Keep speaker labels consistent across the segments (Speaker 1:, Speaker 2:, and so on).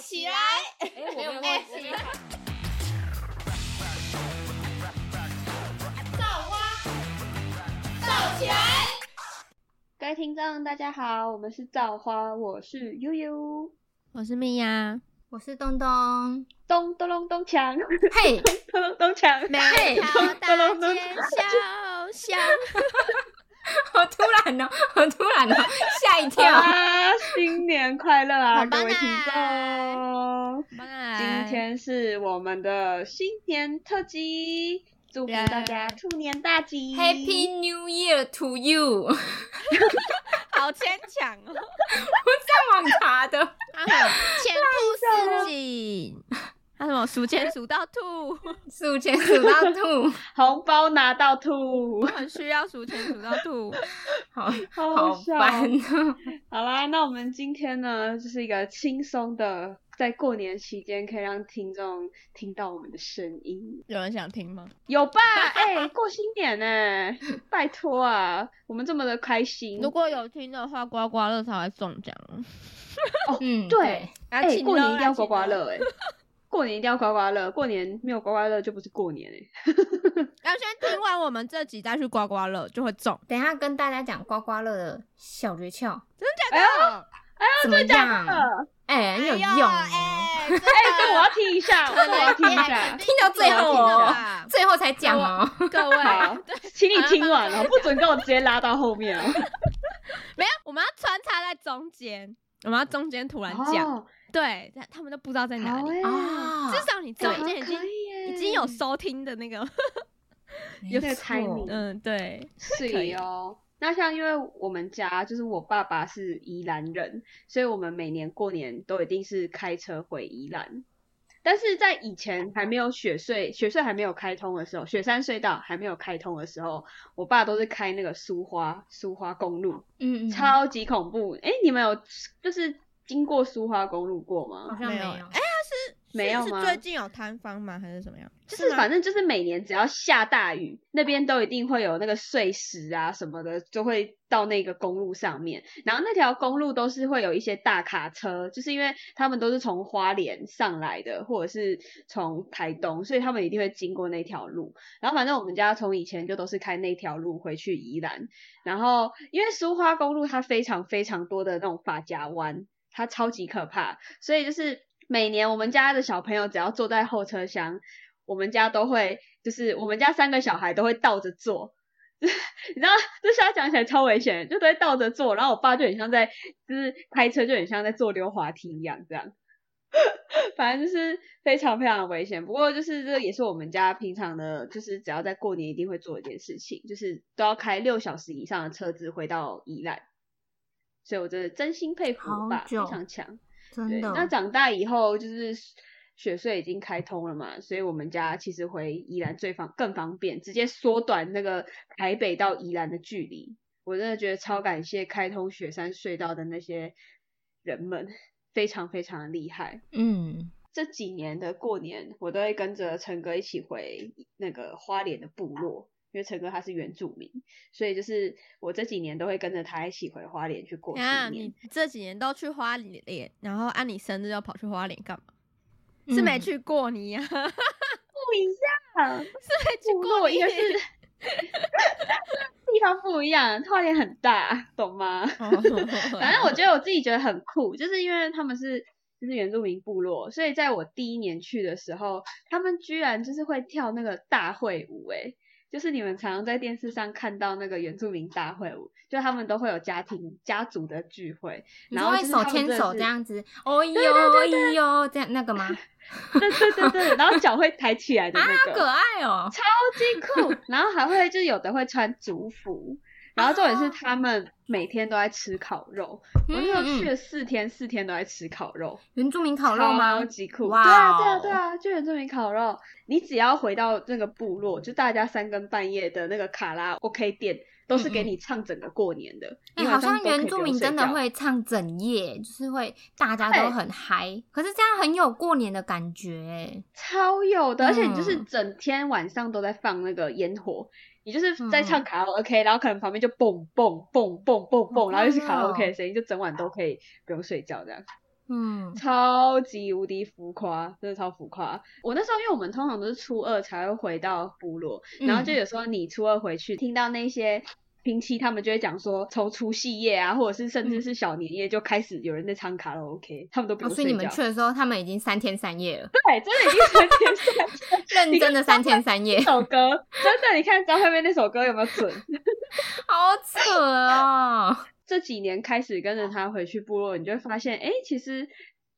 Speaker 1: 起来！
Speaker 2: 哎，我没有忘
Speaker 1: 哎
Speaker 2: 记。
Speaker 1: 造起来！
Speaker 3: 各位听众，大家好，我们是造花，我是悠悠，
Speaker 4: 我是蜜呀，
Speaker 5: 我是东东，
Speaker 3: 咚咚隆咚锵，
Speaker 5: 嘿，
Speaker 3: 咚隆咚锵，
Speaker 5: 没
Speaker 4: 每条
Speaker 3: 咚
Speaker 4: 大
Speaker 3: 咚咚
Speaker 4: 街小巷，
Speaker 5: 好突然哦，好突然哦，吓一跳。
Speaker 3: 啊，新年快乐啊，
Speaker 4: 好
Speaker 3: 各
Speaker 4: 棒啊
Speaker 3: 位听众！今
Speaker 4: 今
Speaker 3: 天是我们的新年特辑，祝福大家兔年大吉
Speaker 5: Happy New Year to you！
Speaker 4: 好牵强哦，
Speaker 5: 上网查的，
Speaker 4: 他很前仆似己，他什么数钱数到 吐，
Speaker 5: 数钱数到吐，
Speaker 3: 红包拿到吐
Speaker 4: 我，很需要数钱数到吐。
Speaker 5: 好
Speaker 3: 好
Speaker 5: 好
Speaker 3: 笑。
Speaker 5: 烦哦。
Speaker 3: 好啦，那我们今天呢，就是一个轻松的，在过年期间可以让听众听到我们的声音。
Speaker 4: 有人想听吗？
Speaker 3: 有吧？ 哎、过新年呢、拜托啊，我们这么的开心。
Speaker 4: 如果有听的话，刮刮乐才会中奖。
Speaker 5: 嗯，
Speaker 3: 对，
Speaker 4: 哎
Speaker 3: 哎、过年一定要刮刮。乐哎、 过年一定要刮刮乐，过年没有刮刮乐就不是过年哎、
Speaker 4: 要先听完我们这集再去刮刮乐，就会中。
Speaker 5: 等一下跟大家讲刮刮乐的小诀窍，
Speaker 3: 哎
Speaker 4: 呦，
Speaker 5: 怎么
Speaker 3: 假
Speaker 5: 样？
Speaker 3: 的
Speaker 5: 哎，很有用哦。
Speaker 4: 哎，
Speaker 3: 哎、这我要听 一下，这我要哎听一下，
Speaker 5: 听到最后哦，
Speaker 4: 哦，
Speaker 5: 最后才讲哦。
Speaker 4: 各位，
Speaker 3: 好，请你听完
Speaker 4: 好
Speaker 3: 哦，不准给我直接拉到后面哦。
Speaker 4: 没有，我们要穿插在中间，我们要中间突然讲，
Speaker 3: 哦，
Speaker 4: 对，他他们都不知道在哪
Speaker 3: 好
Speaker 4: 里。
Speaker 3: 哎、
Speaker 5: 啊，
Speaker 4: 至少你知道
Speaker 3: 好
Speaker 4: 已经已
Speaker 3: 可
Speaker 4: 经
Speaker 3: 以耶
Speaker 4: 已经有收听的那个，
Speaker 5: 没
Speaker 3: 有这个
Speaker 5: 错
Speaker 3: timing
Speaker 4: 嗯，对，
Speaker 3: 是
Speaker 4: 可以
Speaker 3: 哦。那像因为我们家就是我爸爸是宜兰人，所以我们每年过年都一定是开车回宜兰。但是在以前还没有雪隧，雪隧还没有开通的时候，雪山隧道还没有开通的时候，我爸都是开那个苏花苏花公路，
Speaker 5: 嗯嗯，
Speaker 3: 超级恐怖。哎、你们有就是经过苏花公路过
Speaker 5: 好
Speaker 3: 吗？
Speaker 5: 像没
Speaker 4: 没
Speaker 5: 有
Speaker 4: 有。哎是
Speaker 3: 没有吗
Speaker 4: 最近有摊方吗？还是怎么样？
Speaker 3: 就是
Speaker 4: 吗
Speaker 3: 反正就是每年只要下大雨，那边都一定会有那个碎石啊什么的，就会到那个公路上面。然后那条公路都是会有一些大卡车，就是因为他们都是从花莲上来的，或者是从台东，所以他们一定会经过那条路。然后反正我们家从以前就都是开那条路回去宜兰。然后因为苏花公路它非常非常多的那种发夹弯，它超级可怕，所以就是每年我们家的小朋友只要坐在后车厢，我们家都会就是我们家三个小孩都会倒着坐。 你知道，这现在讲起来超危险，就都会倒着坐，然后我爸就很像在，就是开车就很像在坐溜滑梯一样，这样， 反正就是非常非常危险。不过就是这也是我们家平常的，就是只要在过年一定会做一件事情，就是都要开六小时以上的车子回到宜兰，所以我真的真心佩服我
Speaker 5: 好
Speaker 3: 爸，非
Speaker 5: 久
Speaker 3: 常强。对，
Speaker 5: 真的。
Speaker 3: 那长大以后就是雪隧已经开通了嘛，所以我们家其实回宜兰最方更方便，直接缩短那个台北到宜兰的距离。我真的觉得超感谢开通雪山隧道的那些人们，非常非常的厉害。
Speaker 5: 嗯，
Speaker 3: 这几年的过年，我都会跟着陈哥一起回那个花莲的部落，因为陈哥他是原住民，所以就是我这几年都会跟着他一起回花莲去过新
Speaker 4: 啊，
Speaker 3: 年
Speaker 4: 你。 这几年都去花莲，然后啊按你生日又跑去花莲干嘛？
Speaker 3: 嗯
Speaker 4: 是
Speaker 5: 嗯
Speaker 4: 没去过你呀、 是
Speaker 3: 不一样，
Speaker 4: 没去
Speaker 3: 部落
Speaker 4: 过你
Speaker 3: 应该是 地方不一样，花莲很大，懂吗？
Speaker 5: 嗯
Speaker 4: 哦
Speaker 3: 反正我觉得 我自己觉得很酷，就是因为他们是就是原住民部落，所以在我第一年去的时候，他们居然就是会跳那个大会舞、欸，就是你们常常在电视上看到那个原住民大会舞，就他们都会有家庭家族的聚会，
Speaker 5: 你
Speaker 3: 然
Speaker 5: 就
Speaker 3: 后
Speaker 5: 会
Speaker 3: 就是
Speaker 5: 手
Speaker 3: 他们
Speaker 5: 牵
Speaker 3: 真的
Speaker 5: 手
Speaker 3: 是
Speaker 5: 这样子，哦呦哦呦这样那个吗？
Speaker 3: 对对对对，然后脚会抬起来的
Speaker 5: 啊，
Speaker 3: 那
Speaker 5: 好
Speaker 3: 个
Speaker 5: 可，爱哦！
Speaker 3: 超 级酷。然后还会就是有的会穿族服，然后重点是他们每天都在吃烤肉。我那时候去
Speaker 5: 哦嗯嗯，
Speaker 3: 了四天，四天都在吃烤肉，
Speaker 5: 原住民烤肉吗
Speaker 3: 超？级酷！对
Speaker 5: 哇哦
Speaker 3: 啊，对啊，对啊，就原住民烤肉。你只要回到那个部落，就大家三更半夜的那个卡拉 OK 店，都是给你唱整个过年的。
Speaker 5: 嗯哎、
Speaker 3: 你
Speaker 5: 好
Speaker 3: 晚上
Speaker 5: 像
Speaker 3: 都可以
Speaker 5: 原住民真的会唱整夜，就是会大家都很嗨，可是这样很有过年的感觉哎。
Speaker 3: 超有的，而且你就是
Speaker 5: 嗯
Speaker 3: 整天晚上都在放那个烟火，你就是在
Speaker 5: 嗯
Speaker 3: 唱卡拉 OK，、然后可能旁边就蹦蹦蹦蹦蹦蹦，
Speaker 5: 好
Speaker 3: 然后就是卡
Speaker 5: 棒
Speaker 3: 拉
Speaker 5: 哦
Speaker 3: OK 的声音，就整晚都可以不用睡觉这样。
Speaker 5: 嗯，
Speaker 3: 超级无敌浮夸，真的超浮夸。我那时候因为我们通常都是初二才会回到部落，
Speaker 5: 嗯
Speaker 3: 然后就有时候你初二回去，听到那些亲戚他们就会讲说，从除夕夜啊，或者是甚至是小年夜就开始有人在唱卡拉 OK，他们都
Speaker 5: 嗯
Speaker 3: 不
Speaker 5: 哦所
Speaker 3: 用睡
Speaker 5: 以
Speaker 3: 觉。
Speaker 5: 你们去的时候，他们已经三天三 夜了，
Speaker 3: 对，真的已经三天三夜
Speaker 5: 认真的三天三 夜
Speaker 3: 那，首歌，真的，你看张惠妹那首歌有没有准？
Speaker 5: 好扯哦。
Speaker 3: 这几年开始跟着他回去部落，你就会发现，哎，其实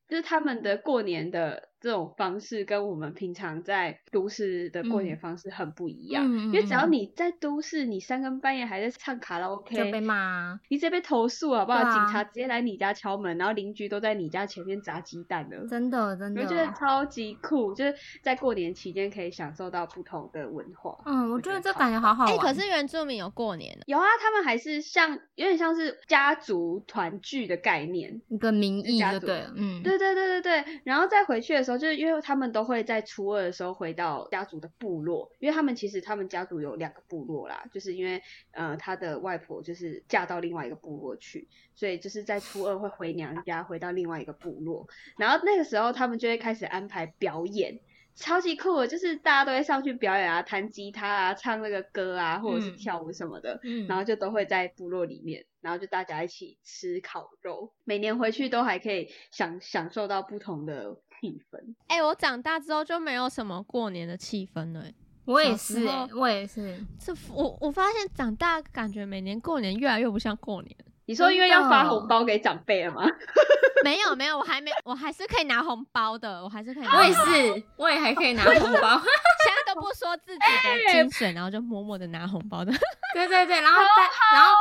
Speaker 3: 就是他们的过年的这种方式，跟我们平常在都市的过年方式很不一样。
Speaker 5: 嗯嗯嗯
Speaker 3: 因为只要
Speaker 5: 嗯
Speaker 3: 你在都市，你三更半夜还在唱卡拉
Speaker 5: 就被
Speaker 3: OK，
Speaker 5: 骂啊，
Speaker 3: 你直接被投诉好不好？
Speaker 5: 对啊
Speaker 3: 警察直接来你家敲门，然后邻居都在你家前面砸鸡蛋了。
Speaker 5: 真的真
Speaker 3: 我
Speaker 5: 的。啊
Speaker 3: 觉得超级酷，就是在过年期间可以享受到不同的文化。
Speaker 5: 嗯，我
Speaker 3: 我
Speaker 5: 觉
Speaker 3: 觉
Speaker 5: 得
Speaker 3: 得
Speaker 5: 这
Speaker 3: 超
Speaker 5: 感觉好好
Speaker 4: 哎、
Speaker 5: 玩。
Speaker 4: 可是原住民有过年的、
Speaker 3: 有啊，他们还是像有点像是家族团聚的概念，
Speaker 5: 一个名义
Speaker 3: 家
Speaker 5: 就
Speaker 3: 族
Speaker 5: 对了，嗯，
Speaker 3: 对对对对对，然后再回去的时候，就是因为他们都会在初二的时候回到家族的部落，因为他们其实他们家族有两个部落啦，就是因为呃他的外婆就是嫁到另外一个部落去，所以就是在初二会回娘家，回到另外一个部落，然后那个时候他们就会开始安排表演。超级酷的，就是大家都会上去表演啊，弹吉他啊，唱那个歌啊，或者是
Speaker 5: 嗯
Speaker 3: 跳舞什么的。
Speaker 5: 嗯
Speaker 3: 然后就都会在部落里面，然后就大家一起吃烤肉，每年回去都还可以享享受到不同的气氛。
Speaker 4: 哎、我长大之后就没有什么过年的气氛了、欸。
Speaker 5: 我也
Speaker 4: 小时
Speaker 5: 是、欸，
Speaker 4: 候
Speaker 5: 我也是，
Speaker 4: 这我我发现长大感觉每年过年越来越不像过年。
Speaker 3: 你说
Speaker 5: 真
Speaker 3: 因为要发
Speaker 5: 的
Speaker 3: 红包给长辈了吗？
Speaker 4: 没有没有，我还没，我还是可以拿红包的，我还是可以拿。
Speaker 5: 我也，是，我也还可以拿红包，
Speaker 4: 现在都不说自己的薪水，然后就默默的拿红包的。
Speaker 5: 对对对，然后再然后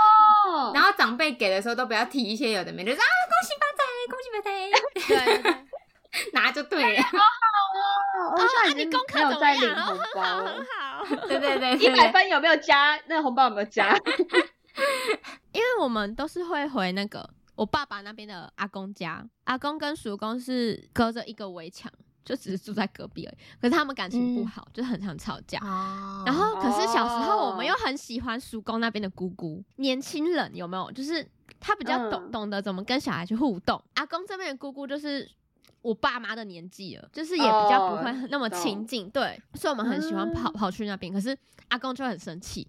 Speaker 3: 哦
Speaker 5: 然后长辈给的时候都不要提一些有的没的，就是啊恭喜发财，恭
Speaker 4: 对
Speaker 5: 喜发财，
Speaker 4: 对对，
Speaker 5: 拿就对了，
Speaker 3: 哦，
Speaker 4: 哦
Speaker 3: 我现在
Speaker 4: 啊
Speaker 3: 已经
Speaker 4: 你功
Speaker 3: 没
Speaker 4: 课
Speaker 3: 有
Speaker 4: 怎么
Speaker 3: 在领
Speaker 4: 样？哦
Speaker 3: 红包
Speaker 4: 很好 很
Speaker 3: 了。
Speaker 4: 好。
Speaker 5: 对对对
Speaker 3: 一
Speaker 5: 对
Speaker 3: 百
Speaker 5: 对，
Speaker 3: 分有没有加？那红包有没有加？
Speaker 4: 因为我们都是会回那个我爸爸那边的阿公家，阿公跟叔公是隔着一个围墙，就只是住在隔壁而已。可是他们感情不
Speaker 5: 嗯
Speaker 4: 好，就很常吵架。
Speaker 5: 哦
Speaker 4: 然后，可是小时候我们
Speaker 3: 哦
Speaker 4: 又很喜欢叔公那边的姑姑，年轻人有没有？就是他比较懂、
Speaker 3: 嗯
Speaker 4: 懂得怎么跟小孩去互动。阿公这边的姑姑就是我爸妈的年纪了，就是也比较不
Speaker 3: 哦
Speaker 4: 会那么
Speaker 3: 懂
Speaker 4: 亲近，对，所以我们很喜欢跑、
Speaker 3: 嗯
Speaker 4: 跑去那边。可是阿公就会很生气，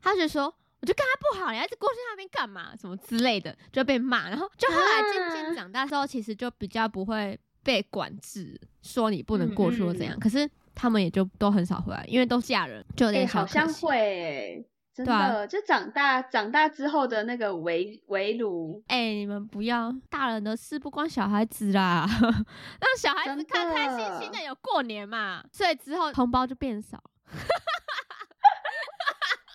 Speaker 4: 他就说。我就跟他不好，你还是过去那边干嘛？什么之类的，就被骂。然后就后来渐渐
Speaker 3: 啊
Speaker 4: 长大之后，其实就比较不会被管制，说你不能过去或怎样。
Speaker 3: 嗯
Speaker 4: 可是他们也就都很少回来，因为都嫁人，就有
Speaker 3: 哎、
Speaker 4: 点小
Speaker 3: 好
Speaker 4: 可惜、
Speaker 3: 像会、欸，真的，
Speaker 4: 对啊
Speaker 3: 就长大长大之后的那个围围炉，
Speaker 4: 哎、你们不要，大人的事不关小孩子啦， 让小孩子
Speaker 3: 真
Speaker 4: 开开心心
Speaker 3: 的
Speaker 4: 的有过年嘛。所以之后红包就变少，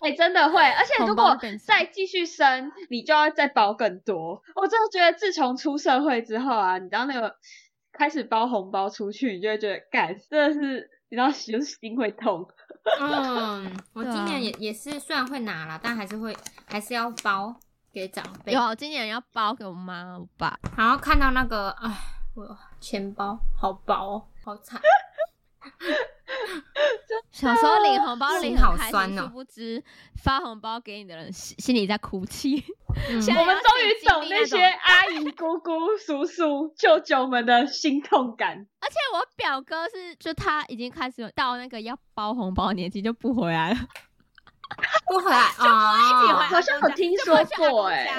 Speaker 3: 哎、真的会。而且
Speaker 4: 红
Speaker 3: 如
Speaker 4: 包
Speaker 3: 果
Speaker 4: 就变少。
Speaker 3: 再继续生，你就要再包更多。我真的觉得，自从出社会之后啊，你知道那个开始包红包出去，你就会觉得，干，真的是，你知道，就是心会痛。
Speaker 5: 嗯，我
Speaker 4: 对啊
Speaker 5: 今年也也是虽然会拿啦，但还是会还是要包给长辈，
Speaker 4: 有，今年要包给我妈我爸，
Speaker 5: 然后看到那个，哎，我钱包好薄、哦，好惨，
Speaker 4: 小时候领红包
Speaker 5: 心
Speaker 4: 领
Speaker 5: 好
Speaker 4: 很开
Speaker 5: 酸
Speaker 4: 心，
Speaker 5: 哦
Speaker 4: 殊不知发红包给你的人心心里在哭泣。
Speaker 5: 嗯
Speaker 4: 现在
Speaker 3: 我们终于懂
Speaker 4: 那
Speaker 3: 那
Speaker 4: 种
Speaker 3: 些阿姨、姑姑、叔叔、舅舅们的心痛感。
Speaker 4: 而且我表哥是，就他已经开始到那个要包红包的年纪就不回来了，
Speaker 5: 不回来啊，
Speaker 4: 一起回来
Speaker 3: 好像有听说过
Speaker 4: 哎、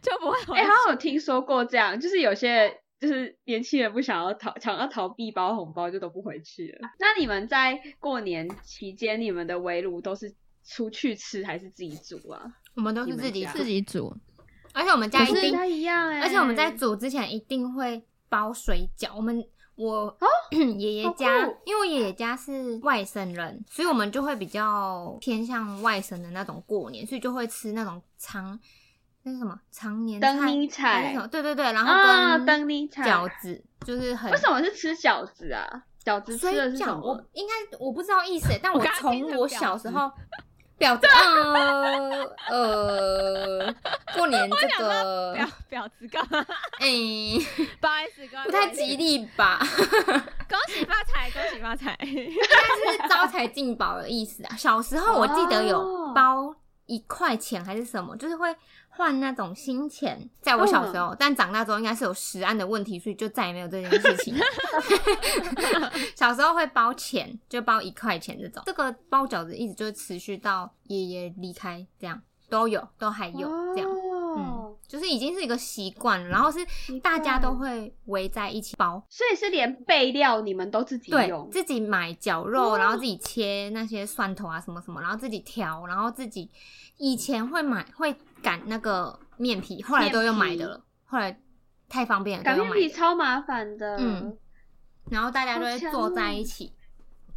Speaker 4: 就不会回
Speaker 3: 哎、
Speaker 4: 来。
Speaker 3: 好像有听说过这样，就是有些就是年轻人不想要逃，想要逃避包红包，就都不回去了。那你们在过年期间，你们的围炉都是出去吃还是自己煮啊？
Speaker 5: 我们都是自己
Speaker 3: 你们家
Speaker 5: 自
Speaker 4: 自己
Speaker 5: 己，
Speaker 4: 煮，
Speaker 5: 而且我们家
Speaker 4: 可
Speaker 5: 一
Speaker 4: 是
Speaker 5: 定，
Speaker 3: 一样哎
Speaker 5: 而且我们在煮之前一定会包水饺，我们。我 爷爷
Speaker 3: 哦好
Speaker 5: 家
Speaker 3: 酷，
Speaker 5: 因为我爷爷家是外省人，所以我们就会比较偏向外省的那种过年，所以就会吃那种长那是什么常年菜
Speaker 3: 灯泥
Speaker 5: 还是
Speaker 3: 菜
Speaker 5: 什么？对对对，然
Speaker 3: 啊，
Speaker 5: 后
Speaker 3: 灯
Speaker 5: 跟
Speaker 3: 泥菜。
Speaker 5: 饺子就是很
Speaker 3: 为什么是吃饺子啊？饺子
Speaker 5: 水
Speaker 3: 吃的是什
Speaker 5: 饺，我
Speaker 3: 么？
Speaker 5: 应该我不知道意思欸，但
Speaker 4: 我
Speaker 5: 我
Speaker 4: 刚刚听
Speaker 5: 从
Speaker 4: 成
Speaker 5: 我
Speaker 4: 婊
Speaker 5: 小时
Speaker 4: 子
Speaker 5: 候，表子，呃呃，过年这个，
Speaker 4: 婊婊子 干嘛？
Speaker 5: 哎、
Speaker 4: 不好意思，各位
Speaker 5: 不太吉。利吧？
Speaker 4: 恭喜发财，恭喜发财！
Speaker 5: 但是招财进宝的意思啊。小时候我记得有
Speaker 3: 哦
Speaker 5: 包一块钱还是什么，就是会换那种新钱。在我小时
Speaker 3: 嗯
Speaker 5: 候，但长大之后应该是有食安的问题，所以就再也没有这件事情。 小时候会包钱，就包一块钱这种。这个包饺子一直就是持续到爷爷离开，这样都有，都还有这样。嗯
Speaker 3: 哦
Speaker 5: 就是已经是一个习惯了，然后是大家都会围在一起包，
Speaker 3: 所以是连备料你们都自己
Speaker 5: 对
Speaker 3: 用，嗯
Speaker 5: 自己买绞肉，然后自己切那些蒜头啊什么什么，然后自己调，然后自己以前会买会擀那个面皮，后来都用买的了，后来太方便了，
Speaker 3: 擀
Speaker 5: 都用
Speaker 3: 面
Speaker 5: 买
Speaker 3: 皮
Speaker 5: 的。
Speaker 3: 超麻烦的。
Speaker 5: 嗯，然后大家都
Speaker 3: 好
Speaker 5: 会
Speaker 3: 强哦
Speaker 5: 坐在一起，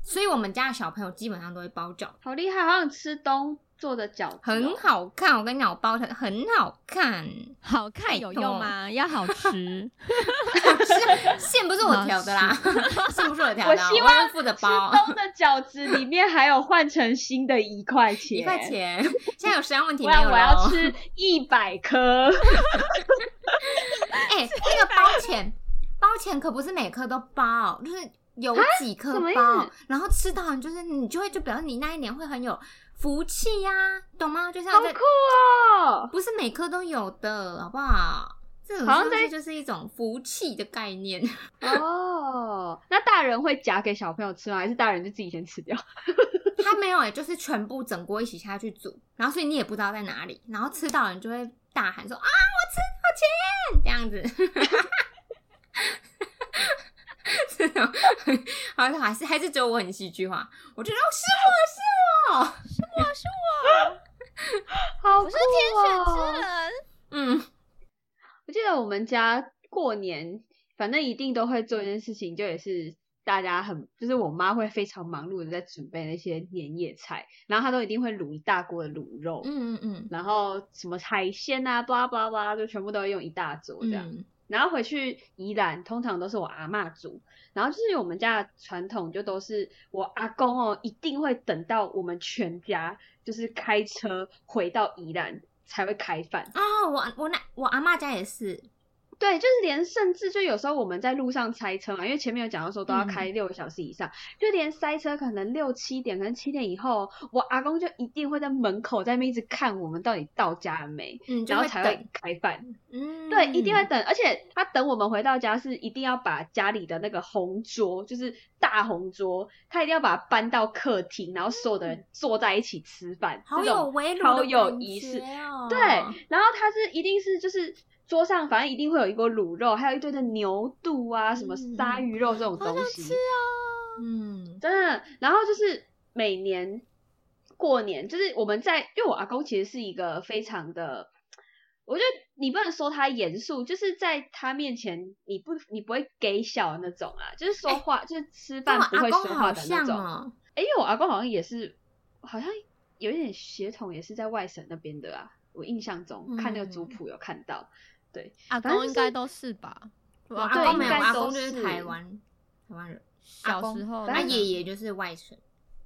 Speaker 5: 所以我们家的小朋友基本上都会包饺子，
Speaker 3: 好厉害，好想吃东做的饺子哦，
Speaker 5: 很好看。我跟你讲，我包的很好看，
Speaker 4: 好
Speaker 5: 拜
Speaker 4: 看有用
Speaker 5: 托
Speaker 4: 吗？要好吃，
Speaker 5: 啊是馅不是我调的啦，馅不是我调的啊，
Speaker 3: 我希
Speaker 5: 我
Speaker 3: 望
Speaker 5: 要负责
Speaker 3: 吃
Speaker 5: 包。
Speaker 3: 东的饺子里面还有换成新的一块钱，
Speaker 5: 一块。钱，现在有食安问题
Speaker 3: 不
Speaker 5: 没
Speaker 3: 然
Speaker 5: 有哦
Speaker 3: 我要
Speaker 5: 咯
Speaker 3: 吃一百颗，
Speaker 5: 哎、那个包钱，包钱可不是每颗都包，就是有几颗
Speaker 3: 啊什么意
Speaker 5: 包
Speaker 3: 思，
Speaker 5: 然后吃到你就是你就会就表示你那一年会很有福气呀、懂吗？就
Speaker 3: 好
Speaker 5: 像在
Speaker 3: 酷哦！
Speaker 5: 不是每颗都有的，好不好？这种
Speaker 3: 好像
Speaker 5: 东
Speaker 3: 在
Speaker 5: 西就是一种福气的概念，
Speaker 3: 哦，那大人会夹给小朋友吃吗？还是大人就自己先吃掉？
Speaker 5: 它没有哎、 就是全部整锅一起下去煮，然后所以你也不知道在哪里，然后吃到人就会大喊说啊，我吃到钱这样子。 这种， 好像还是还是只有我很戏剧化。我觉得哦，是我是我，
Speaker 3: 好酷、哦！哦
Speaker 4: 我是天选之人。
Speaker 5: 嗯，
Speaker 3: 我记得我们家过年，反正一定都会做一件事情，就也是大家很，就是我妈会非常忙碌的在准备那些年夜菜，然后她都一定会卤一大锅的卤肉，
Speaker 5: 嗯嗯
Speaker 3: 然后什么海鲜啊，巴拉巴拉巴拉，就全部都会用一大桌
Speaker 5: 嗯，
Speaker 3: 这样。
Speaker 5: 嗯
Speaker 3: 然后回去宜兰，通常都是我阿嬷煮。然后就是我们家的传统，就都是我阿公哦，一定会等到我们全家就是开车回到宜兰才会开饭。
Speaker 5: 哦，我我那我阿妈家也是，
Speaker 3: 对，就是连甚至就有时候我们在路上塞车嘛，因为前面有讲到说都要
Speaker 5: 嗯
Speaker 3: 开六个小时以上，就连塞车可能六七点，可能七点以后，哦我阿公就一定会在门口在那边一直看我们到底到家了没，
Speaker 5: 嗯，就
Speaker 3: 然后
Speaker 5: 会
Speaker 3: 才
Speaker 5: 等
Speaker 3: 会，开饭。
Speaker 5: 嗯，
Speaker 3: 对，一定会等，而且他等我们回到家是一定要把家里的那个红桌，就是大红桌，他一定要把它搬到客厅，然后所有的人坐在一起吃饭，
Speaker 5: 嗯好
Speaker 3: 这
Speaker 5: 有
Speaker 3: 种
Speaker 5: 围炉
Speaker 3: 超
Speaker 5: 的
Speaker 3: 有
Speaker 5: 感
Speaker 3: 仪式
Speaker 5: 觉哦
Speaker 3: 对，然后他是一定是就是桌上反正一定会有一锅卤肉，还有一堆的牛肚啊，什么
Speaker 5: 嗯
Speaker 3: 鲨鱼肉这种
Speaker 4: 好
Speaker 3: 东
Speaker 4: 想
Speaker 3: 西，
Speaker 4: 吃哦！
Speaker 5: 嗯
Speaker 3: 真的。然后就是每年过年，就是我们在，因为我阿公其实是一个非常的，我觉得你不能说他严肃，就是在他面前你不你不会给小那种啊，就是说话、就是吃
Speaker 5: 跟
Speaker 3: 饭
Speaker 5: 我
Speaker 3: 不
Speaker 5: 哎
Speaker 3: 会
Speaker 5: 阿
Speaker 3: 说
Speaker 5: 公
Speaker 3: 话
Speaker 5: 好
Speaker 3: 的那
Speaker 5: 像
Speaker 3: 种。
Speaker 5: 哦，
Speaker 3: 哎、因为我阿公好像也是，好像有一点血统，也是在外省那边的啊。我印象中、看那个族
Speaker 5: 嗯
Speaker 3: 谱有看到，
Speaker 4: 阿
Speaker 3: 反正
Speaker 4: 公应该都是吧？
Speaker 5: 我
Speaker 4: 我
Speaker 5: 阿
Speaker 4: 阿
Speaker 5: 公
Speaker 4: 公
Speaker 5: 没
Speaker 4: 应
Speaker 5: 有，
Speaker 4: 该
Speaker 5: 我阿
Speaker 3: 都
Speaker 5: 公就是
Speaker 3: 是
Speaker 5: 台湾台湾人，阿
Speaker 4: 小
Speaker 5: 公
Speaker 4: 时候，
Speaker 5: 他
Speaker 3: 反正
Speaker 5: 爷爷就是外省。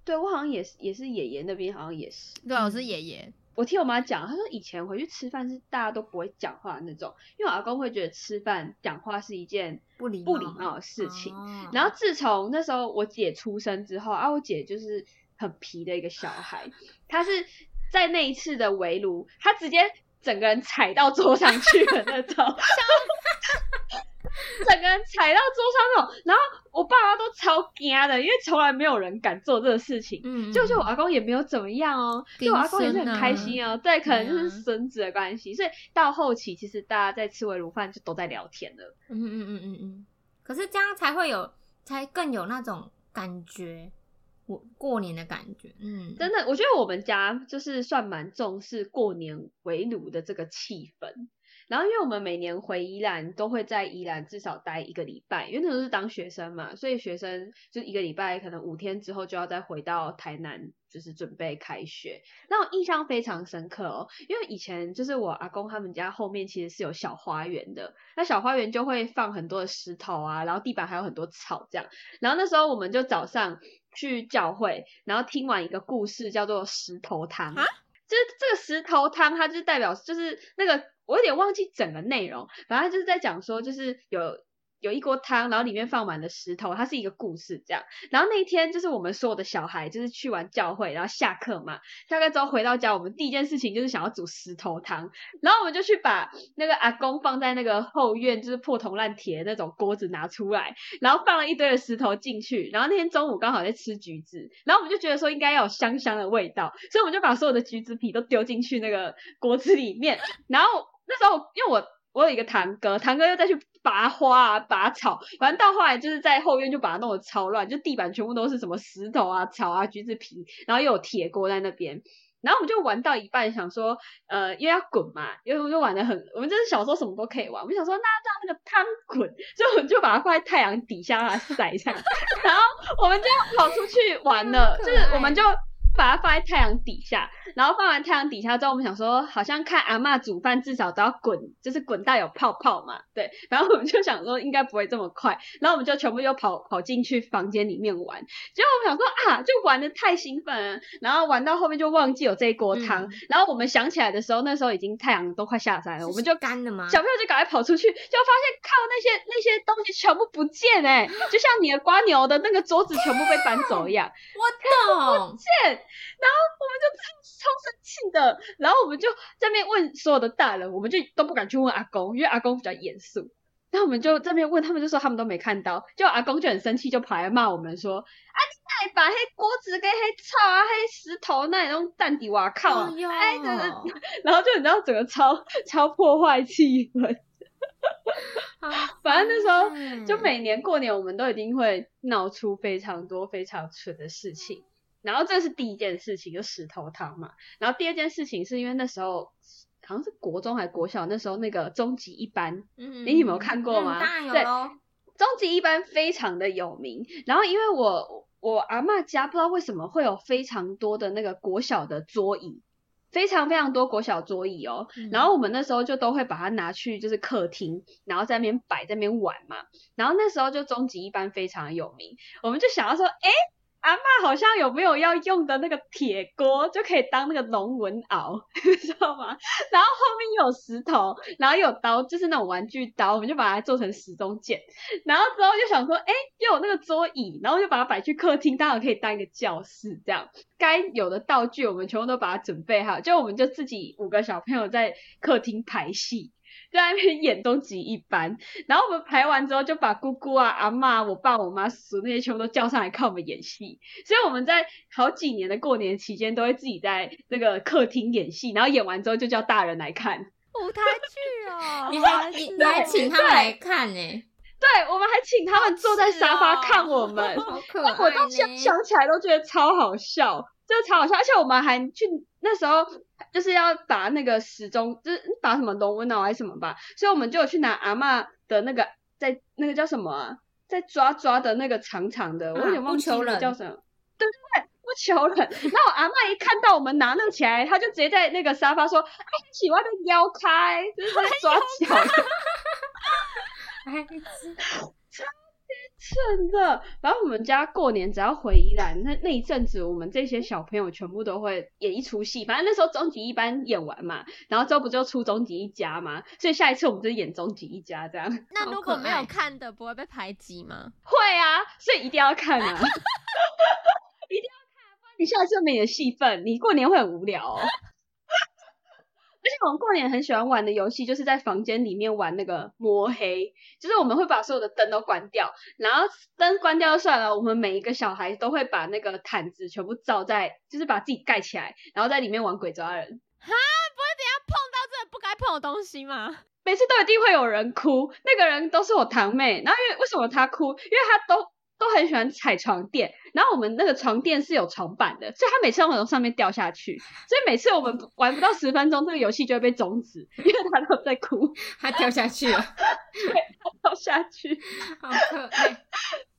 Speaker 3: 对我好像也是也是爷爷那边好像也是。嗯
Speaker 4: 对，啊我是爷爷。
Speaker 3: 我听我妈讲，她说以前回去吃饭是大家都不会讲话的那种，因为我阿公会觉得吃饭讲话是一件
Speaker 5: 不礼
Speaker 3: 不礼
Speaker 5: 貌
Speaker 3: 貌的事情。
Speaker 5: 哦
Speaker 3: 然后自从那时候我姐出生之后啊，我姐就是很皮的一个小孩，她是在那一次的围炉，她直接整个人踩到桌上去的那种，整个人踩到桌上那种。然后我爸妈都超惊的，因为从来没有人敢做这个事情。
Speaker 5: 嗯，
Speaker 3: 就是我阿公也没有怎么样哦，就我阿公也是很开心哦。对，可能就是孙子的关系，所以到后期其实大家在吃围炉饭就都在聊天了。
Speaker 5: 嗯嗯嗯嗯嗯，可是这样才会有，才更有那种感觉，我过年的感觉，嗯，
Speaker 3: 真的，我觉得我们家就是算蛮重视过年围炉的这个气氛。然后，因为我们每年回宜兰都会在宜兰至少待一个礼拜，因为那时候是当学生嘛，所以学生就一个礼拜可能五天之后就要再回到台南，就是准备开学。那我印象非常深刻哦，因为以前就是我阿公他们家后面其实是有小花园的，那小花园就会放很多的石头啊，然后地板还有很多草这样。然后那时候我们就早上去教会，然后听完一个故事叫做石头汤，
Speaker 4: 啊
Speaker 3: 就是这个石头汤，它就是代表就是那个我有点忘记整个内容，反正就是在讲说就是有。有一锅汤，然后里面放满了石头，它是一个故事这样。然后那一天就是我们所有的小孩就是去完教会，然后下课嘛，下课之后回到家，我们第一件事情就是想要煮石头汤，然后我们就去把那个阿公放在那个后院就是破铜烂铁的那种锅子拿出来，然后放了一堆的石头进去。然后那天中午刚好在吃橘子，然后我们就觉得说应该要有香香的味道，所以我们就把所有的橘子皮都丢进去那个锅子里面。然后那时候因为我。我有一个堂哥，堂哥又再去拔花啊、拔草，反正到后来就是在后院就把它弄得超乱，就地板全部都是什么石头啊、草啊、橘子皮，然后又有铁锅在那边。然后我们就玩到一半，想说，呃，因为要滚嘛，因为我们就玩的很，我们就是小时候什么都可以玩。我们想说，那让那个汤滚，所以我们就把它放在太阳底下让它晒一下。然后我们就跑出去玩了，就是我们就把它放在太阳底下，然后放完太阳底下之后，我们想说，好像看阿嬷煮饭至少都要滚，就是滚到有泡泡嘛，对。然后我们就想说，应该不会这么快，然后我们就全部又跑跑进去房间里面玩。结果我们想说啊，就玩的太兴奋了，然后玩到后面就忘记有这一锅汤。
Speaker 5: 嗯
Speaker 3: 然后我们想起来的时候，那时候已经太阳都快下山了，我们就
Speaker 5: 干了吗？
Speaker 3: 小朋友就赶快跑出去，就发现靠那些那些东西全部不见哎、就像你的瓜牛的那个桌子全部被搬走一样。
Speaker 5: 我懂，
Speaker 3: 见，然后我们就超生气的，然后我们就在那边问所有的大人，我们就都不敢去问阿公，因为阿公比较严肃。然后我们就这边问，他们就说他们都没看到，就阿公就很生气，就跑来骂我们说：“啊，你哪把黑锅子跟黑草啊、黑石头那里弄蛋底，哇靠！
Speaker 5: 哎呦，
Speaker 3: 哎，这个，然后就你知道整个超超破坏气氛。反正 那时候
Speaker 5: 候
Speaker 3: 就每年过年，我们都一定会闹出非常多非常蠢的事情。然后这是第一件事情，就石头汤嘛。然后第二件事情是因为那时候好像是国中还国小，那时候那个终极一班，
Speaker 5: 嗯，
Speaker 3: 你有没有看过
Speaker 5: 嗯
Speaker 3: 吗
Speaker 5: 当然有
Speaker 3: 对
Speaker 5: 喽。
Speaker 3: 终极一班非常的有名。然后因为我我阿嬷家不知道为什么会有非常多的那个国小的桌椅，非常非常多国小桌椅哦。
Speaker 5: 嗯
Speaker 3: 然后我们那时候就都会把它拿去就是客厅，然后在那边摆，在那边玩嘛。然后那时候就终极一班非常有名，我们就想要说，哎，阿嬷好像有没有要用的那个铁锅，就可以当那个龙纹袄， 你知道吗？然后后面有石头，然后有刀，就是那种玩具刀，我们就把它做成时钟剑。然后之后就想说，哎，又有那个桌椅，然后就把它摆去客厅，当然可以当一个教室这样。该有的道具我们全部都把它准备好，就我们就自己五个小朋友在客厅排戏，就在那边演终极一班。然后我们排完之后，就把姑姑啊、阿嬷、我爸、我妈、叔叔那些全部都叫上来看我们演戏。所以我们在好几年的过年期间，都会自己在那个客厅演戏，然后演完之后就叫大人来看。
Speaker 4: 舞台剧哦，
Speaker 5: 你 还你你还请他们来看欸呢、
Speaker 3: 对，我们还请他们坐在沙发
Speaker 4: 是哦
Speaker 3: 看我们。
Speaker 5: 好可爱、欸呢
Speaker 3: 但我到现在想起来都觉得超好笑，真的超好笑。而且我们还去那时候就是要把那个时钟，就是把什么龙纹脑还是什么吧，所以我们就有去拿阿嬷的那个在那个叫什么、啊，在抓抓的那个长长的，我有点忘记
Speaker 5: 啊不求
Speaker 3: 那个
Speaker 5: 人
Speaker 3: 叫什么。对对对，不求人。那我阿嬷一看到我们拿那个起来，她就直接在那个沙发说：“哎，喜欢的腰开，就是在抓 脚。”
Speaker 5: 哎真的
Speaker 3: 真的，然后我们家过年只要回宜兰，那那一阵子，我们这些小朋友全部都会演一出戏。反正那时候终极一班演完嘛，然后之后不就出终极一家嘛，所以下一次我们就演终极一家这样。
Speaker 4: 那如果没
Speaker 5: 好
Speaker 4: 有
Speaker 5: 可爱
Speaker 4: 看的，不会被排挤吗？
Speaker 3: 会啊，所以一定要看啊，一定要看、啊，不然你下次没有戏份，你过年会很无聊哦。而且我们过年很喜欢玩的游戏，就是在房间里面玩那个摸黑，就是我们会把所有的灯都关掉，然后灯关掉就算了，我们每一个小孩都会把那个毯子全部罩在，就是把自己盖起来，然后在里面玩鬼抓人。
Speaker 4: 碰到这个不该碰的东西吗？
Speaker 3: 每次都一定会有人哭，那个人都是我堂妹。然后因为为什么她哭？因为她都都很喜欢踩床垫，然后我们那个床垫是有床板的，所以她每次都从上面掉下去。所以每次我们不玩不到十分钟，这个游戏就会被终止，因为她都在哭
Speaker 5: 他掉下去了，
Speaker 3: 掉下去。
Speaker 5: 好可爱。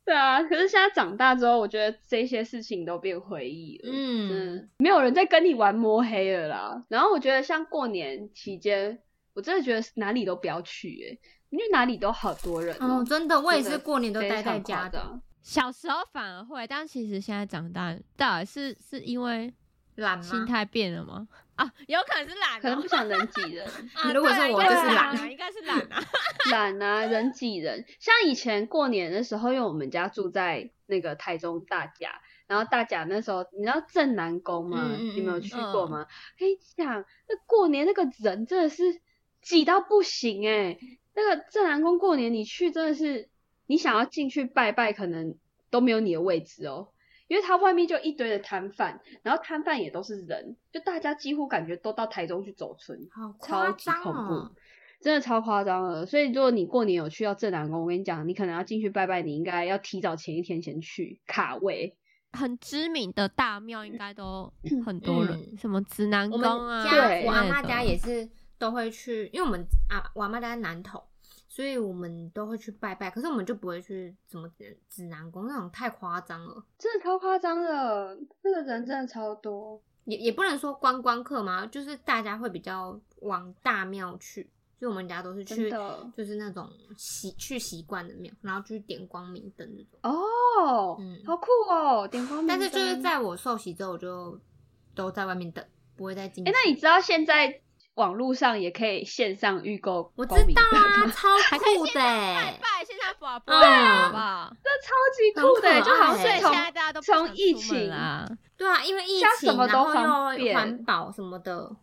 Speaker 3: 对啊，可是现在长大之后，我觉得这些事情都变回忆了。
Speaker 5: 嗯，
Speaker 3: 嗯，没有人在跟你玩摸黑了啦。然后我觉得像过年期间，我真的觉得哪里都不要去、欸，因为哪里都好多人、
Speaker 5: 哦，真的，我也是过年都
Speaker 3: 非
Speaker 5: 待在
Speaker 3: 常夸
Speaker 5: 家的，
Speaker 3: 张。
Speaker 4: 小时候反而会，但其实现在长大，到底是是因为
Speaker 5: 懒
Speaker 4: 心
Speaker 5: 吗？
Speaker 4: 态变了吗？ 啊，有可能是懒、哦，
Speaker 3: 可能不想人挤人，
Speaker 4: 啊
Speaker 5: 如果
Speaker 4: 对啊
Speaker 5: 是我
Speaker 4: 应该
Speaker 3: 就是
Speaker 5: 懒
Speaker 4: 啊应该是懒 啊。
Speaker 3: 懒啊，人挤人。像以前过年的时候，因为我们家住在那个台中大甲，然后大甲那时候你知道正南宫吗？
Speaker 5: 嗯嗯嗯
Speaker 3: 你们有去过吗？跟你讲，那过年那个人真的是挤到不行哎、那个正南宫过年你去真的是，你想要进去拜拜，可能都没有你的位置哦。因为它外面就一堆的摊贩，然后摊贩也都是人，就大家几乎感觉都到台中去走村。
Speaker 5: 好夸
Speaker 3: 超级
Speaker 5: 张
Speaker 3: 恐怖，
Speaker 5: 哦！
Speaker 3: 真的超夸张的。所以如果你过年有去到正南宫，我跟你讲，你可能要进去拜拜，你应该要提早前一天先去卡位。
Speaker 4: 很知名的大庙应该都很多人，
Speaker 5: 嗯
Speaker 4: 什么指南
Speaker 5: 我
Speaker 4: 宫
Speaker 5: 们
Speaker 4: 啊，
Speaker 5: 家
Speaker 3: 对
Speaker 5: 我阿
Speaker 4: 之类
Speaker 5: 妈
Speaker 4: 的
Speaker 5: 家也是都会去，因为我们啊我阿妈家在南投，所以我们都会去拜拜，可是我们就不会去什么指指南宫那种太夸张了，
Speaker 3: 真的超夸张的，那个人真的超多。
Speaker 5: 也也不能说观光客嘛，就是大家会比较往大庙去，所以我们家都是去
Speaker 3: 真的
Speaker 5: 就是那种习去习惯的庙，然后去点光明灯那种。
Speaker 3: 哦，
Speaker 5: 嗯
Speaker 3: 好酷哦，点光明
Speaker 5: 但
Speaker 3: 灯。
Speaker 5: 是就是在我受洗之后，我就都在外面等，不会再进去。
Speaker 3: 哎、那你知道现在网络上也可以线上预购
Speaker 5: 我知
Speaker 3: 光明
Speaker 5: 道
Speaker 3: 灯
Speaker 5: 啊，
Speaker 3: 吗，
Speaker 5: 超
Speaker 4: 还可以
Speaker 5: 酷
Speaker 4: 现
Speaker 5: 的、
Speaker 4: 拜
Speaker 5: 欸，
Speaker 4: 拜，现在不不
Speaker 5: 嗯
Speaker 4: 好不好？
Speaker 3: 那超级酷的，
Speaker 5: 很可
Speaker 3: 就好
Speaker 5: 爱
Speaker 4: 所以
Speaker 5: 欸
Speaker 3: 像
Speaker 4: 现
Speaker 3: 从
Speaker 4: 在大家都不
Speaker 3: 从
Speaker 4: 想
Speaker 3: 疫
Speaker 4: 出门
Speaker 3: 情
Speaker 4: 啦，
Speaker 5: 对啊，因为疫
Speaker 3: 现在
Speaker 5: 情，
Speaker 3: 什么都
Speaker 5: 然后
Speaker 3: 方
Speaker 5: 又
Speaker 3: 便
Speaker 5: 环保什么 的，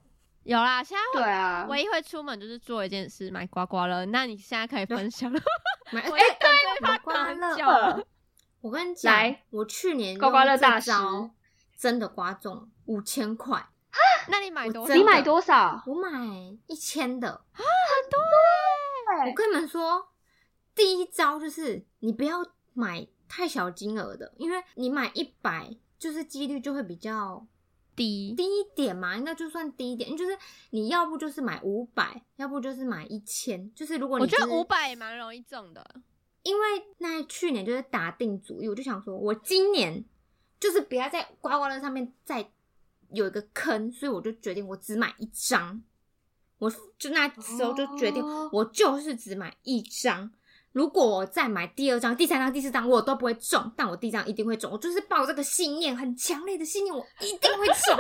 Speaker 4: 有啦，现在
Speaker 3: 对啊，
Speaker 4: 唯一会出门就是做一件事，买刮刮乐。那你现在可以分享了，
Speaker 5: 买
Speaker 4: 我
Speaker 5: 哎
Speaker 4: 在等对
Speaker 5: 买
Speaker 4: 方
Speaker 5: 刮
Speaker 4: 等
Speaker 5: 乐哦
Speaker 4: 很久了。
Speaker 5: 我 跟你讲
Speaker 3: 来，
Speaker 5: 我去年
Speaker 3: 刮刮乐
Speaker 5: 用这
Speaker 3: 大师
Speaker 5: 招真的刮中五千块，
Speaker 4: 那你买多
Speaker 5: 我
Speaker 4: 少？
Speaker 5: 真
Speaker 3: 你
Speaker 5: 的
Speaker 3: 买多少？
Speaker 5: 我买一千的啊，很多
Speaker 4: 欸
Speaker 5: 我跟你们说，第一招就是你不要买太小金额的，因为你买一百，就是几率就会比较
Speaker 4: 低
Speaker 5: 低一点嘛，应该就算低一点，就是你要不就是买五百，要不就是买一千，就是如果你、
Speaker 4: 我觉
Speaker 5: 就是、
Speaker 4: 得五，百也蛮容易中的。
Speaker 5: 因为那去年就是打定主意，我就想说，我今年就是不要在刮刮乐上面再有一个坑，所以我就决定我只买一张。我就那时候就决定
Speaker 3: 哦，
Speaker 5: 我就是只买一张。如果我再买第二张、第三张、第四张，我都不会中，但我第一张一定会中。我就是抱这个信念，很强烈的信念，我一定会中，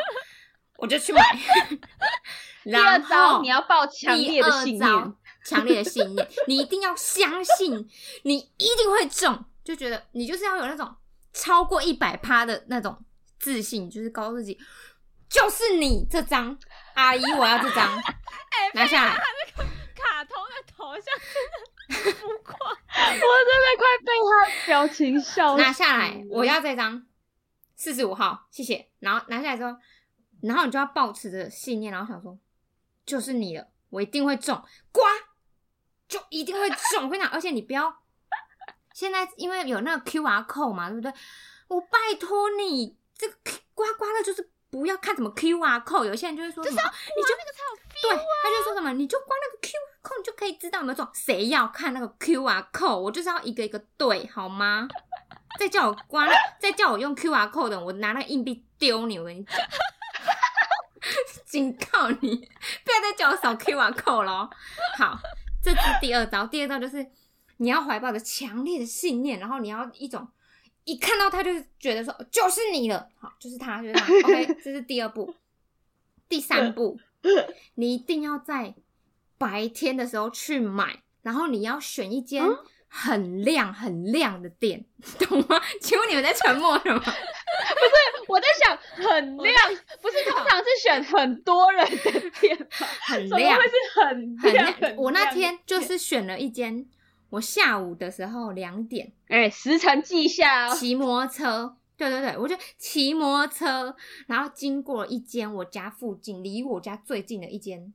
Speaker 5: 我就去买。
Speaker 3: 第二
Speaker 5: 然
Speaker 3: 招
Speaker 5: 后
Speaker 3: 你要抱强烈的信
Speaker 5: 第二招
Speaker 3: 念，
Speaker 5: 强烈的信念，你一定要相信，你一定会中，就觉得你就是要有那种超过一百趴的那种自信，就是告诉自己，就是你这张，阿姨我要这 张，
Speaker 3: 哎
Speaker 5: 拿下来。
Speaker 4: 卡通的头像
Speaker 3: 我真的快被他表情笑死
Speaker 5: 拿下来
Speaker 3: 了，
Speaker 5: 我要这张四十五号，谢谢。然后拿下来之后，然后你就要保持着信念，然后想说，就是你了，我一定会中，刮就一定会中。我跟你讲，而且你不要现在因为有那个 QR code 嘛，对不对？我拜托你，这个 Q- 刮刮乐就是不要看什么 QR code，有些人就会说什么，你就
Speaker 4: 那个才有 feel
Speaker 5: 对，他就说什么，你就关那个 QR code，你就可以知道有没有中。谁要看那个 QR code？我就是要一个一个对，好吗？再叫我关，再叫我用 QR code 的，我拿那个硬币丢你！我跟你讲，警告你，不要再叫我扫 QR code 咯。好，这是第二招，第二招就是你要怀抱着强烈的信念，然后你要一种一看到他就觉得说就是你了，好，就是他，就是他。OK，这是第二步，第三步，你一定要在白天的时候去买，然后你要选一间
Speaker 3: 嗯
Speaker 5: 很亮很亮的店，懂吗？请问你们在沉默 什么？
Speaker 3: 我在想很亮，不是通常是选很多人的店吗？
Speaker 5: 很
Speaker 3: 怎么
Speaker 5: 亮
Speaker 3: 会，是很
Speaker 5: 很
Speaker 3: 亮？很
Speaker 5: 我那
Speaker 3: 亮
Speaker 5: 天就是选了一间，我下午的时候两点
Speaker 3: 哎，时辰记下哦。
Speaker 5: 骑摩托车，对对对，我就骑摩托车，然后经过一间我家附近，离我家最近的一间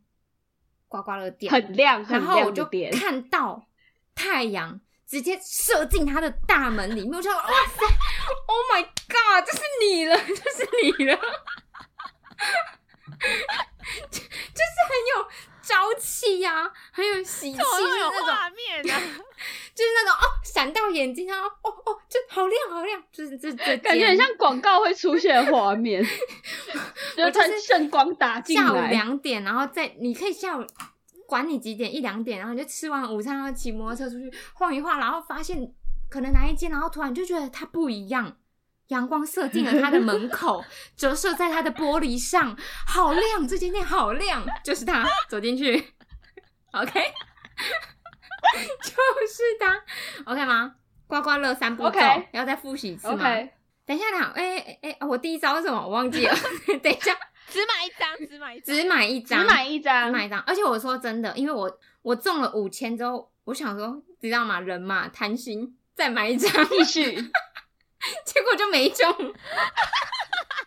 Speaker 5: 刮刮乐店，
Speaker 3: 很亮，
Speaker 5: 然
Speaker 3: 很
Speaker 5: 后我
Speaker 3: 亮
Speaker 5: 就
Speaker 3: 的店，
Speaker 5: 看到太阳直接射进他的大门里面，我就想哇塞，Oh my God，这是你了，这是你了，就就是很有朝气呀、很有喜气的
Speaker 4: 怎么 那么
Speaker 5: 那
Speaker 4: 有
Speaker 5: 种。
Speaker 4: 画面啊呢、
Speaker 5: 就是那种哦，闪到眼睛，然后哦哦，就好亮好亮，就是这这
Speaker 3: 感觉很像广告会出现的画面，就
Speaker 5: 我
Speaker 3: 是
Speaker 5: 就是
Speaker 3: 它圣光打进
Speaker 5: 下午
Speaker 3: 来。
Speaker 5: 两点，然后再你可以下午管你几点一两点，然后你就吃完午餐，然后骑摩托车出去晃一晃，然后发现可能哪一间，然后突然就觉得它不一样，阳光射进了他的门口， 折射在他的玻璃上，好亮！这间店好亮，就是他走进去，OK，就是他，OK 吗？刮刮乐三步骤
Speaker 3: OK
Speaker 5: 要再复习一次吗
Speaker 3: OK，
Speaker 5: 等一下啦，哎哎哎，我第一招是什么？我忘记了。 等一下，
Speaker 4: 只买一张，只买一张，
Speaker 5: 只买一张，
Speaker 3: 只买一张
Speaker 5: 只，买一张。而且我说真的，因为我我中了五千之后，我想说，知道吗？人嘛，贪心，再买一张，
Speaker 3: 继续。
Speaker 5: 结果就没中。 我跟你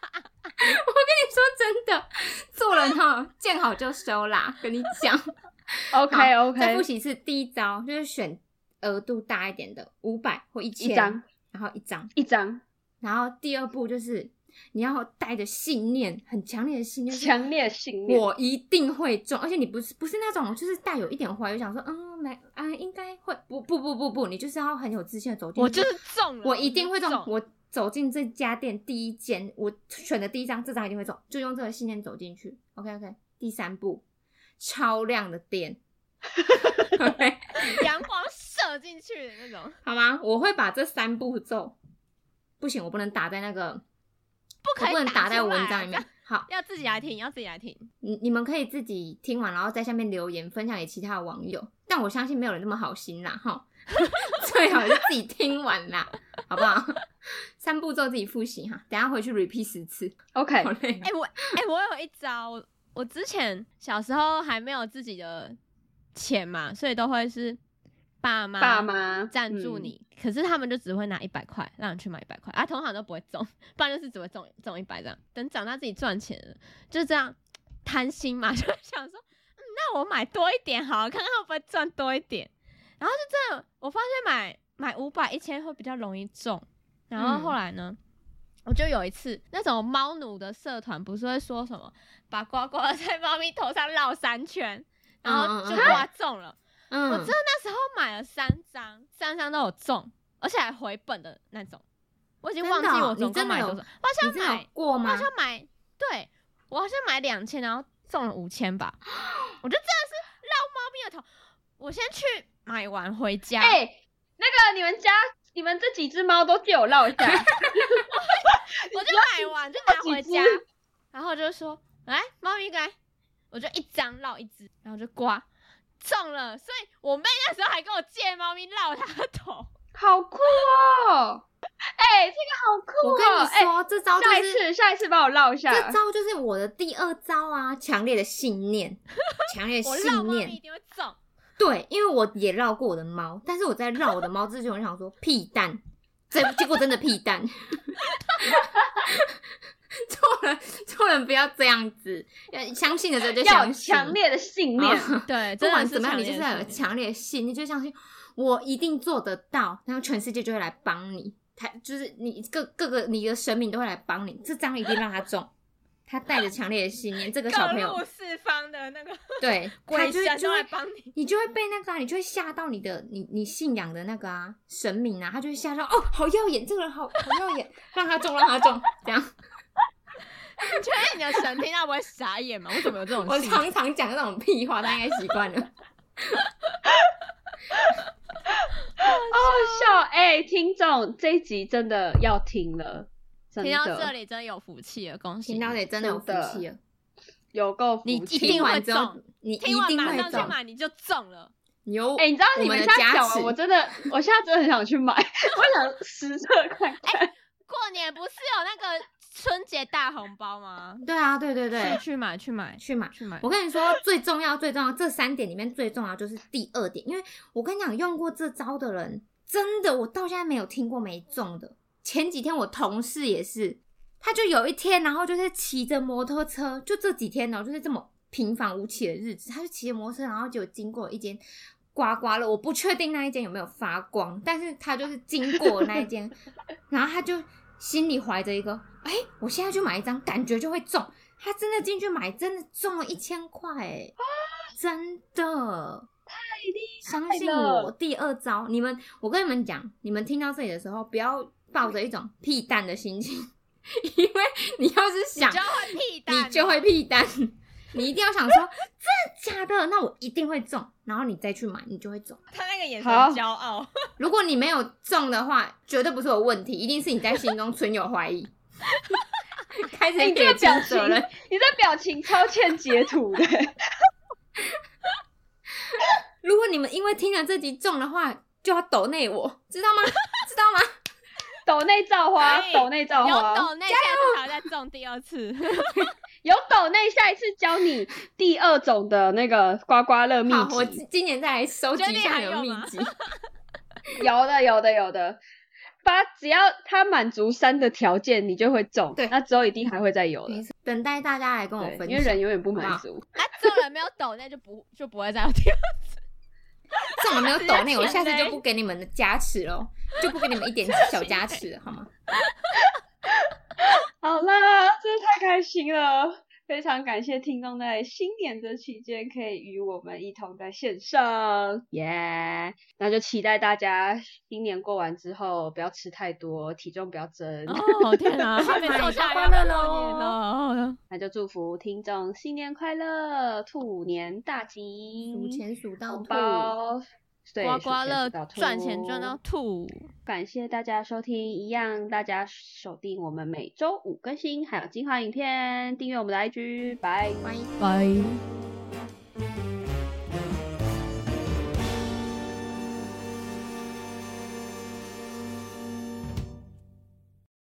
Speaker 5: 说真的，做人哈，见好就收啦。跟你讲好
Speaker 3: OK
Speaker 5: 再
Speaker 3: OK，
Speaker 5: 复习是第一招，就是选额度大一点的，五百或一千，
Speaker 3: 一张，
Speaker 5: 然后一张。
Speaker 3: 一张，
Speaker 5: 然后第二步就是你要带着信念，很强烈的信念，就是
Speaker 3: 强烈信念。
Speaker 5: 我一定会中，而且你不是不是那种就是带有一点怀疑，想说嗯没啊应该会不不不不不，你就是要很有自信的走进去，
Speaker 4: 我就是嗯中了，
Speaker 5: 我一定会中
Speaker 4: 中，，
Speaker 5: 我走进这家店第一间，我选的第一张这张一定会中，就用这个信念走进去。OK OK，第三步，超亮的 店，OK
Speaker 4: 阳光射进去的那种，
Speaker 5: 好吗？我会把这三步骤，不行，我不能打在那个，
Speaker 4: 不
Speaker 5: 我
Speaker 4: 可以
Speaker 5: 不能打在
Speaker 4: 出来
Speaker 5: 文
Speaker 4: 啊
Speaker 5: 章里面，。好，
Speaker 4: 要自己来听，要自己来听。
Speaker 5: 你你们可以自己听完，然后在下面留言分享给其他的网友。但我相信没有人那么好心啦，哈， 最好是自己听完啦，好不好？三步骤自己复习哈，等一下回去 repeat 十次，
Speaker 3: OK，
Speaker 5: 好累
Speaker 4: 哎、。我哎、我有一招，我我之前小时候还没有自己的钱嘛，所以都会是爸妈
Speaker 3: 爸妈嗯
Speaker 4: 赞助，
Speaker 5: 嗯
Speaker 4: 你，可是他们就只会拿一百块让你去买一百块，啊，通常都不会中，不然就是只会中中一百这样。等长大自己赚钱了，就这样贪心嘛，就 会想说，嗯，那我买多一点好了，看看会不会赚多一点。然后就这样，我发现买买五百一千会比较容易中。然
Speaker 5: 嗯
Speaker 4: 后后来呢，我就有一次那种猫奴的社团不是会说什么把刮刮在猫咪头上绕三圈，然
Speaker 5: 嗯嗯
Speaker 4: 后
Speaker 5: 嗯
Speaker 4: 就刮中了。
Speaker 5: 嗯，
Speaker 4: 我真的那时候买了三张，三张都有中，而且还回本的那种。我已经忘记
Speaker 5: 真的哦
Speaker 4: 我总共买多少，
Speaker 5: 你真的
Speaker 4: 我好
Speaker 5: 你
Speaker 4: 像
Speaker 5: 真的有
Speaker 4: 买，
Speaker 5: 过
Speaker 4: 我好
Speaker 5: 吗？
Speaker 4: 像买，对我好像买两千，然后中了五千吧。我就真的是绕猫咪的头，我先去买完回家，
Speaker 3: 哎、那个你们家你们这几只猫都借我绕一下，
Speaker 4: 我就买完就拿回家，然后就说来猫咪来，我就一张绕一只，然后就刮中了，所以我妹那时候还跟我借猫咪绕她的头。
Speaker 3: 好酷哦！ 哎、这个好酷哦！
Speaker 5: 我跟你
Speaker 3: 哎、
Speaker 5: 说，这招就
Speaker 3: 下一
Speaker 5: 是
Speaker 3: 次下一次帮我绕一下，
Speaker 5: 这招就是我的第二招啊，强烈的信念，强烈的
Speaker 4: 我绕
Speaker 5: 信
Speaker 4: 猫咪
Speaker 5: 念
Speaker 4: 一，定会中。
Speaker 5: 对，因为我也绕过我的猫，但是我在绕我的猫之前，我想说 屁蛋，这结果真的屁蛋。 做人做人不要这样子，要相信的时候就
Speaker 3: 要
Speaker 5: 相
Speaker 3: 有
Speaker 5: 信。
Speaker 3: 强烈的信 念。
Speaker 5: 好
Speaker 4: 对，
Speaker 5: 不
Speaker 4: 真
Speaker 5: 管
Speaker 4: 的
Speaker 5: 怎么样，你就是要有
Speaker 4: 强烈的信念。
Speaker 5: 强烈的信，你就相信我一定做得到，然后全世界就会来帮你。他就是你各各个你的神明都会来帮你，这张一定让他中。他带着强烈的信念，这个小朋友
Speaker 4: 各路四方的那个
Speaker 5: 对，他
Speaker 4: 鬼
Speaker 5: 就
Speaker 4: 神
Speaker 5: 会就
Speaker 4: 都来
Speaker 5: 会
Speaker 4: 帮 你，
Speaker 5: 你就会被那个、啊，你就会吓到你的你你信仰的那个啊神明啊，他就会吓到哦，好耀眼，这个人好好耀眼，让他中，让他中，这样。
Speaker 4: 你确定你的神听到不会傻眼吗？为什么有这种
Speaker 5: 我
Speaker 4: 信？
Speaker 5: 常常讲那种屁话，他应该习惯了。
Speaker 3: 好好笑哎、听众这一集真的要听了，真
Speaker 4: 听到
Speaker 3: 的
Speaker 4: 这里真的有福气了，恭喜
Speaker 5: 听
Speaker 4: 你！
Speaker 5: 到也真的有福气了，
Speaker 3: 有够
Speaker 4: 你
Speaker 3: 福
Speaker 4: 一
Speaker 3: 气
Speaker 4: 定会
Speaker 5: 完之后
Speaker 4: 中
Speaker 5: 你一
Speaker 4: 听完
Speaker 5: 定
Speaker 4: 马
Speaker 5: 会
Speaker 4: 上去
Speaker 5: 中，
Speaker 4: 买你就中了，
Speaker 5: 有
Speaker 3: 哎、你知道
Speaker 5: 我
Speaker 3: 你
Speaker 5: 们的
Speaker 3: 现在
Speaker 5: 加
Speaker 3: 讲
Speaker 5: 持
Speaker 3: 完，我真的，我现在真的很想去买， 我想实测看看。
Speaker 4: 过年不是有那个春节大红包吗？
Speaker 5: 对啊，对对对
Speaker 4: 去，去买去买
Speaker 5: 去买。
Speaker 4: 去买
Speaker 5: 我！跟你说，最重要、最重要，这三点里面最重要就是第二点，因为我跟你讲，用过这招的人，真的我到现在没有听过没中的。前几天我同事也是，他就有一天，然后就是骑着摩托车，就这几天呢，哦就是这么平凡无奇的日子，他就骑着摩托车，然后就经过一间刮刮乐，我不确定那一间有没有发光，但是他就是经过那一间，然后他就心里怀着一个，哎、我现在就买一张，感觉就会中。他真的进去买，真的中了一千块、哎，真的。相信我，第二招，你们，我跟你们讲，你们听到这里的时候，不要抱着一种屁 蛋的心情，因为你要是
Speaker 4: 你
Speaker 5: 想
Speaker 4: 就，会屁蛋，
Speaker 5: 你就会屁蛋。你一定要想说真的假的，那我一定会中，然后你再去买，你就会中。
Speaker 4: 他那个眼
Speaker 3: 神好
Speaker 4: 骄傲，
Speaker 5: 如果你没有中的话，绝对不是我问题，一定是你在心中存有怀 疑，开始
Speaker 3: 哎、你这
Speaker 5: 给
Speaker 3: 个
Speaker 5: 出
Speaker 3: 表情，
Speaker 5: 责任。
Speaker 3: 你这表情超欠截图的。
Speaker 5: 如果你们因为听了这集中的话，就要抖内我，知道吗？知道吗？
Speaker 3: 抖内造花
Speaker 4: 哎，
Speaker 3: 抖内造
Speaker 4: 有
Speaker 3: 花，
Speaker 4: 抖那下次还要再中第二 次，
Speaker 3: 有抖内，下一次教你第二种的那个刮刮乐秘
Speaker 5: 好，我
Speaker 3: 籍。
Speaker 5: 今今年再来收集一下有秘籍。
Speaker 3: 啊有的，有的，有的。把只要它满足三的条件，你就会中。
Speaker 5: 对
Speaker 3: 那之后一定还会再有的。
Speaker 5: 等待大家来跟我
Speaker 3: 对，
Speaker 5: 分
Speaker 3: 因为人
Speaker 5: 享，
Speaker 3: 永远不
Speaker 5: 好不
Speaker 3: 满
Speaker 5: 好
Speaker 3: 足。
Speaker 4: 他中了没有抖那就不就不会再有第二。
Speaker 5: 中了没有抖内，我
Speaker 4: 直接
Speaker 5: 下
Speaker 4: 签
Speaker 5: 次
Speaker 4: 嘞
Speaker 5: 就不给你们的加持喽，就不给你们一点小加持了，好吗？
Speaker 3: 好啦，真的太开心了，非常感谢听众在新年的期间可以与我们一同在线上，耶、那就期待大家新年过完之后不要吃太多，体重不要增。
Speaker 4: 哦天哪，还没中下来要过年哦了。
Speaker 3: 那就祝福听众新年快乐，兔年大吉，
Speaker 5: 数钱数到
Speaker 3: 红
Speaker 5: 吐，
Speaker 3: 包。对
Speaker 4: 哦刮刮
Speaker 3: 数钱
Speaker 4: 乐
Speaker 3: 数到吐哦
Speaker 4: 赚钱赚到吐，
Speaker 3: 感谢大家收听，一样大家锁定我们每周五更新，还有精华影片，订阅我们的 IG，拜。
Speaker 5: 欢迎。
Speaker 4: 拜。